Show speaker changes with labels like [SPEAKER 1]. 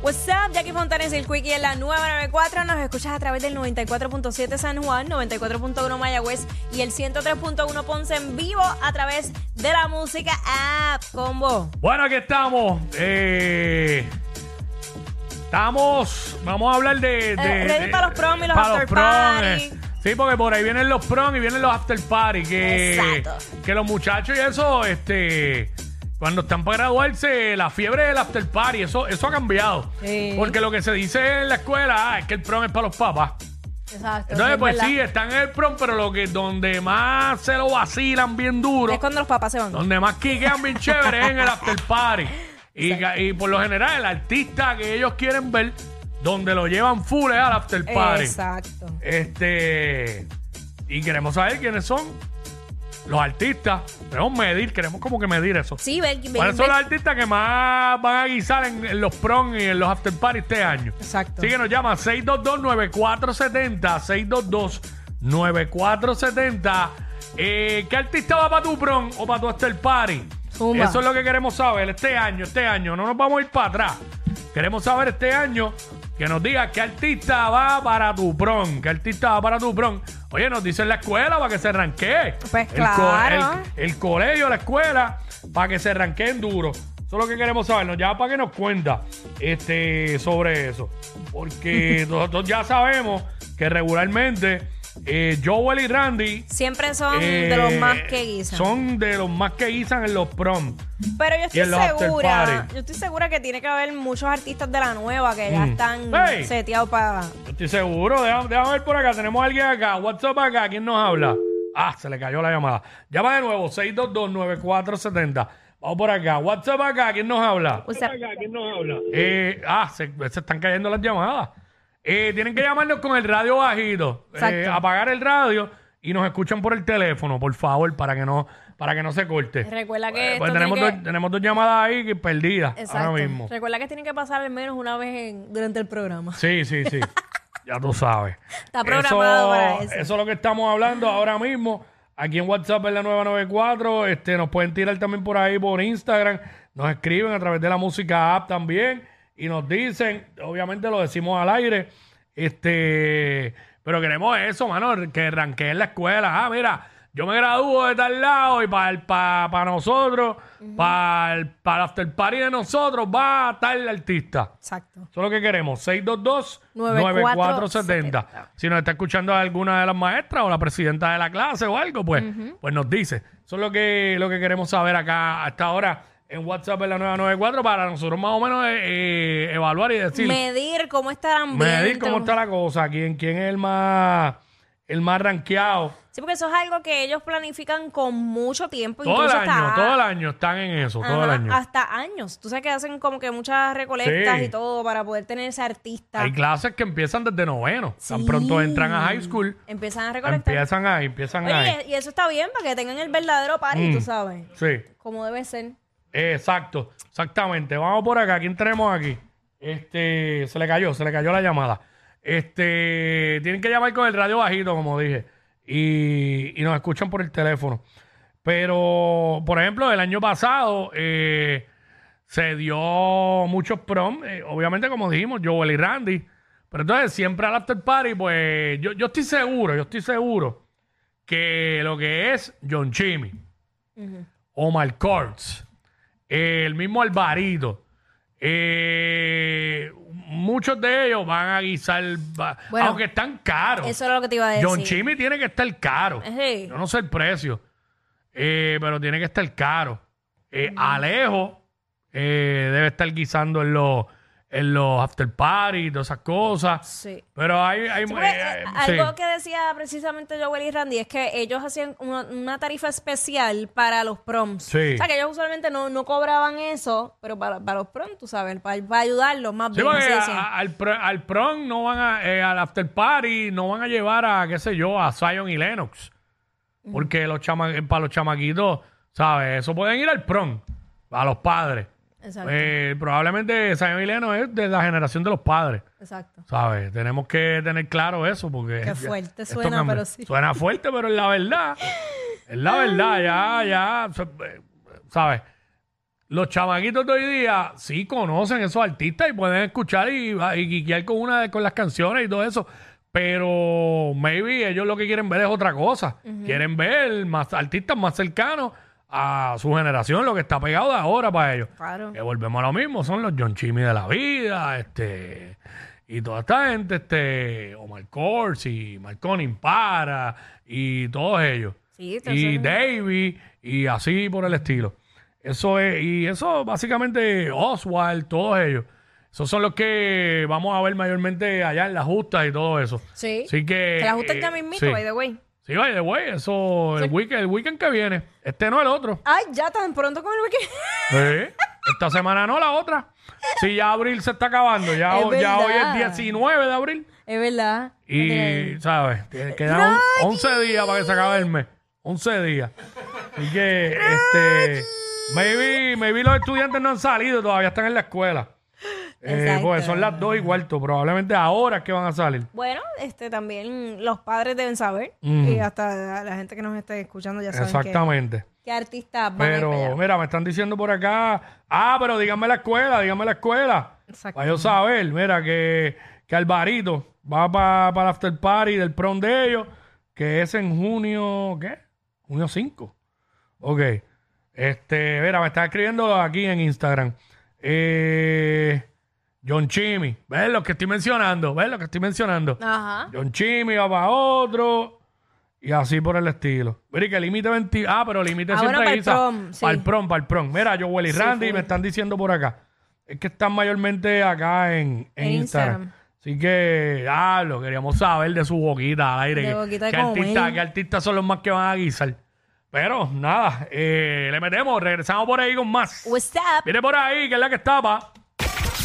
[SPEAKER 1] What's up, Jackie Fontanes y el Quickie en la 994. Nos escuchas a través del 94.7 San Juan, 94.1 Mayagüez y el 103.1 Ponce en vivo a través de la música app combo.
[SPEAKER 2] Bueno, aquí estamos. Eh, estamos. Vamos a hablar de. de-
[SPEAKER 1] Eh, ready
[SPEAKER 2] de-
[SPEAKER 1] para los prom y los
[SPEAKER 2] para
[SPEAKER 1] after
[SPEAKER 2] prom,
[SPEAKER 1] party.
[SPEAKER 2] eh. Sí, porque por ahí vienen los prom y vienen los after party. Que,
[SPEAKER 1] Exacto.
[SPEAKER 2] que los muchachos y eso, este. Cuando están para graduarse, la fiebre del after party, eso, eso ha cambiado.
[SPEAKER 1] Sí.
[SPEAKER 2] Porque lo que se dice en la escuela ah, es que el prom es para los papás.
[SPEAKER 1] Exacto.
[SPEAKER 2] Entonces,
[SPEAKER 1] es
[SPEAKER 2] pues
[SPEAKER 1] verdad.
[SPEAKER 2] sí, están en el prom, pero lo que donde más se lo vacilan bien duro.
[SPEAKER 1] Es cuando los papás se van.
[SPEAKER 2] Donde más quiquean bien chévere es en el after party. Y, ca- y por lo general, el artista que ellos quieren ver, donde lo llevan full es al after party.
[SPEAKER 1] Exacto.
[SPEAKER 2] Este. Y queremos saber quiénes son los artistas. Queremos medir, queremos como que medir eso.
[SPEAKER 1] Sí, ven, ven,
[SPEAKER 2] ¿Cuáles son
[SPEAKER 1] ven.
[SPEAKER 2] los artistas que más van a guisar en, en los prom y en los after party este año?
[SPEAKER 1] Exacto.
[SPEAKER 2] Así que nos llama 622-9470, 622-9470. Eh, ¿Qué artista va para tu prom o para tu after party?
[SPEAKER 1] Zumba.
[SPEAKER 2] Eso es lo que queremos saber este año, este año. No nos vamos a ir para atrás. Queremos saber este año que nos diga qué artista va para tu prom, qué artista va para tu prom. Oye, nos dicen la escuela para que se ranquee.
[SPEAKER 1] Pues
[SPEAKER 2] El co-
[SPEAKER 1] claro.
[SPEAKER 2] el- el colegio, la escuela, para que se ranqueen duro. Eso es lo que queremos saber. ¿no? Ya para que nos cuenta este, sobre eso. Porque nosotros ya sabemos que regularmente eh, Joel y Randy
[SPEAKER 1] Siempre son
[SPEAKER 2] eh,
[SPEAKER 1] de los más que guisan.
[SPEAKER 2] Son de los más que guisan en los prom.
[SPEAKER 1] Pero yo
[SPEAKER 2] y en los
[SPEAKER 1] estoy
[SPEAKER 2] after
[SPEAKER 1] segura,
[SPEAKER 2] party.
[SPEAKER 1] yo estoy segura que tiene que haber muchos artistas de la nueva que ya
[SPEAKER 2] Mm.
[SPEAKER 1] están
[SPEAKER 2] Hey.
[SPEAKER 1] seteados para.
[SPEAKER 2] Yo estoy seguro. Déjame, déjame ver por acá. Tenemos a alguien acá. WhatsApp acá. ¿Quién nos habla? Ah, se le cayó la llamada. Llama de nuevo. 6229470. Vamos por acá. WhatsApp acá. ¿Quién nos habla? Eh, ah, se, se están cayendo las llamadas. Eh, tienen que llamarnos con el radio bajito. Eh, apagar el radio y nos escuchan por el teléfono, por favor, para que no, para que no se corte.
[SPEAKER 1] Recuerda que
[SPEAKER 2] Eh,
[SPEAKER 1] esto
[SPEAKER 2] pues
[SPEAKER 1] tiene
[SPEAKER 2] tenemos,
[SPEAKER 1] que-
[SPEAKER 2] dos, tenemos dos llamadas ahí que perdidas
[SPEAKER 1] Exacto.
[SPEAKER 2] ahora mismo.
[SPEAKER 1] Recuerda que tienen que pasar al menos una vez en- durante el programa.
[SPEAKER 2] Sí, sí, sí. ya tú sabes.
[SPEAKER 1] Está programado para eso.
[SPEAKER 2] Eso es lo que estamos hablando ahora mismo. Aquí en WhatsApp es la 994. Este, nos pueden tirar también por ahí por Instagram. Nos escriben a través de la música app también. Y nos dicen, obviamente lo decimos al aire. Este, pero queremos eso, mano, que ranqueen la escuela. Ah, mira, yo me gradúo de tal lado y para para nosotros, para el, pa' el after party de nosotros, va tal artista.
[SPEAKER 1] Exacto.
[SPEAKER 2] Eso es lo que queremos. 622-9470.
[SPEAKER 1] 9470.
[SPEAKER 2] Si nos está escuchando alguna de las maestras o la presidenta de la clase o algo, pues, pues nos dice. Eso es lo que, lo que queremos saber acá hasta ahora en WhatsApp en la 994 para nosotros más o menos eh, eh, evaluar y decir,
[SPEAKER 1] medir cómo está el ambiente.
[SPEAKER 2] medir cómo está la cosa, quién, quién es el más, el más rankeado.
[SPEAKER 1] Sí, porque eso es algo que ellos planifican con mucho tiempo.
[SPEAKER 2] Todo el
[SPEAKER 1] incluso
[SPEAKER 2] año,
[SPEAKER 1] hasta,
[SPEAKER 2] todo el año están en eso, todo el
[SPEAKER 1] Ajá,
[SPEAKER 2] año.
[SPEAKER 1] Hasta años. Tú sabes que hacen como que muchas recolectas
[SPEAKER 2] Sí.
[SPEAKER 1] y todo para poder tener ese artista.
[SPEAKER 2] Hay clases que empiezan desde noveno. Tan
[SPEAKER 1] Sí.
[SPEAKER 2] pronto entran a high school,
[SPEAKER 1] Empiezan a recolectar.
[SPEAKER 2] empiezan ahí, empiezan ahí. Mm.
[SPEAKER 1] Oye, eh, y y eso está bien para que tengan el verdadero party, tú sabes.
[SPEAKER 2] Sí.
[SPEAKER 1] Como debe ser.
[SPEAKER 2] Exacto, exactamente. Vamos por acá. ¿Quién tenemos aquí? Este, se le cayó, se le cayó la llamada. Este, tienen que llamar con el radio bajito, como dije, y, y nos escuchan por el teléfono. Pero, por ejemplo, el año pasado eh, se dio muchos prom, eh, obviamente, como dijimos, Joel y Randy. Pero entonces, siempre al after party, pues yo, yo estoy seguro, yo estoy seguro que lo que es John Chimmy, Omar Courts, eh, el mismo Alvarito, Eh, muchos de ellos van a guisar, va-
[SPEAKER 1] Bueno,
[SPEAKER 2] aunque están caros.
[SPEAKER 1] Eso era lo que te iba a decir.
[SPEAKER 2] John Chimmy tiene que estar caro.
[SPEAKER 1] Sí.
[SPEAKER 2] Yo no sé el precio, eh, pero tiene que estar caro. Eh, Alejo eh, debe estar guisando en los, en los after party y todas esas cosas.
[SPEAKER 1] Sí.
[SPEAKER 2] Pero hay... hay
[SPEAKER 1] Sí, porque,
[SPEAKER 2] eh,
[SPEAKER 1] eh,
[SPEAKER 2] sí.
[SPEAKER 1] algo que decía precisamente Joel y Randy es que ellos hacían una, una tarifa especial para los proms.
[SPEAKER 2] Sí.
[SPEAKER 1] O sea, que ellos usualmente no, no cobraban eso, pero para, para los proms, tú sabes, para, para ayudarlos más
[SPEAKER 2] Sí,
[SPEAKER 1] bien.
[SPEAKER 2] porque ah,
[SPEAKER 1] así
[SPEAKER 2] a-
[SPEAKER 1] decían.
[SPEAKER 2] a- al, pro- al prom no van a, eh, al after party no van a llevar a, qué sé yo, a Zion y Lennox. Porque los chama- eh, para los chamaquitos, ¿sabes? Eso pueden ir al prom, a los padres.
[SPEAKER 1] Exacto.
[SPEAKER 2] Eh, probablemente Zion y Lennox es de la generación de los padres,
[SPEAKER 1] Exacto.
[SPEAKER 2] ¿sabes? Tenemos que tener claro eso porque...
[SPEAKER 1] Qué fuerte
[SPEAKER 2] esto
[SPEAKER 1] suena,
[SPEAKER 2] cambia.
[SPEAKER 1] pero sí.
[SPEAKER 2] Suena fuerte, pero es la verdad. Es la verdad, ya, ya. o sea, eh, ¿Sabes? Los chamaquitos de hoy día sí conocen esos artistas y pueden escuchar y, y guiquear con una de- con las canciones y todo eso. Pero maybe ellos lo que quieren ver es otra cosa. Quieren ver más artistas más cercanos a su generación, lo que está pegado de ahora para ellos.
[SPEAKER 1] Claro.
[SPEAKER 2] Que volvemos a lo mismo, son los John Chimmy de la vida, este, y toda esta gente, este, Omar Kors y Marconi Impara y todos ellos.
[SPEAKER 1] Sí, entonces-
[SPEAKER 2] y Davy y así por el estilo. Eso es, y eso básicamente Oswald, todos ellos. Esos son los que vamos a ver mayormente allá en las justas y todo eso.
[SPEAKER 1] Sí.
[SPEAKER 2] Así que.
[SPEAKER 1] Que la justa está
[SPEAKER 2] eh,
[SPEAKER 1] mismito,
[SPEAKER 2] sí.
[SPEAKER 1] by the way.
[SPEAKER 2] Sí, by the way, eso el, weekend, el weekend que viene. Este no el otro.
[SPEAKER 1] Ay, ya tan pronto como el weekend.
[SPEAKER 2] Sí. Esta semana no, la otra. Sí, ya abril se está acabando. Ya,
[SPEAKER 1] Es
[SPEAKER 2] ho- ya hoy
[SPEAKER 1] verdad.
[SPEAKER 2] es 19 de abril.
[SPEAKER 1] es verdad.
[SPEAKER 2] Y, ¿sabes? Te- Quedan un- 11 días para que se acabe el mes. 11 días. Así que, este. Maybe, maybe los estudiantes no han salido, todavía están en la escuela. Eh,
[SPEAKER 1] Exacto.
[SPEAKER 2] pues son las 2 y cuarto. Probablemente ahora es que van a salir.
[SPEAKER 1] Bueno, este también los padres deben saber. Y hasta la gente que nos está escuchando ya saben que,
[SPEAKER 2] Exactamente.
[SPEAKER 1] qué artistas van a ir para
[SPEAKER 2] Pero,
[SPEAKER 1] allá.
[SPEAKER 2] mira, me están diciendo por acá. Ah, pero díganme la escuela, díganme la escuela.
[SPEAKER 1] Exacto.
[SPEAKER 2] Para yo saber, mira, que, que Alvarito va para el after party del prom de ellos, que es en junio, ¿qué? Junio 5. Ok. Este, mira, me está escribiendo aquí en Instagram. Eh, John Chimmy, ¿ves lo que estoy mencionando? ¿Ves lo que estoy mencionando?
[SPEAKER 1] Ajá.
[SPEAKER 2] John Chimmy va para otro. Y así por el estilo. Mira, y que límite 20. Ah, pero límite
[SPEAKER 1] Ah,
[SPEAKER 2] siempre
[SPEAKER 1] bueno, para el
[SPEAKER 2] guisa.
[SPEAKER 1] prom, sí.
[SPEAKER 2] Para el prom, para el prom. Mira, Joel y Randy me están diciendo por acá. Es que están mayormente acá en, en
[SPEAKER 1] En
[SPEAKER 2] Instagram.
[SPEAKER 1] Instagram.
[SPEAKER 2] Así que, ah, lo queríamos saber de su boquita al aire.
[SPEAKER 1] De
[SPEAKER 2] que-
[SPEAKER 1] boquita de
[SPEAKER 2] ¿Qué,
[SPEAKER 1] comer.
[SPEAKER 2] artista- qué artistas son los más que van a guisar? Pero nada, eh, le metemos. Regresamos por ahí con más.
[SPEAKER 1] What's up?
[SPEAKER 2] Viene por ahí, que es la que estaba.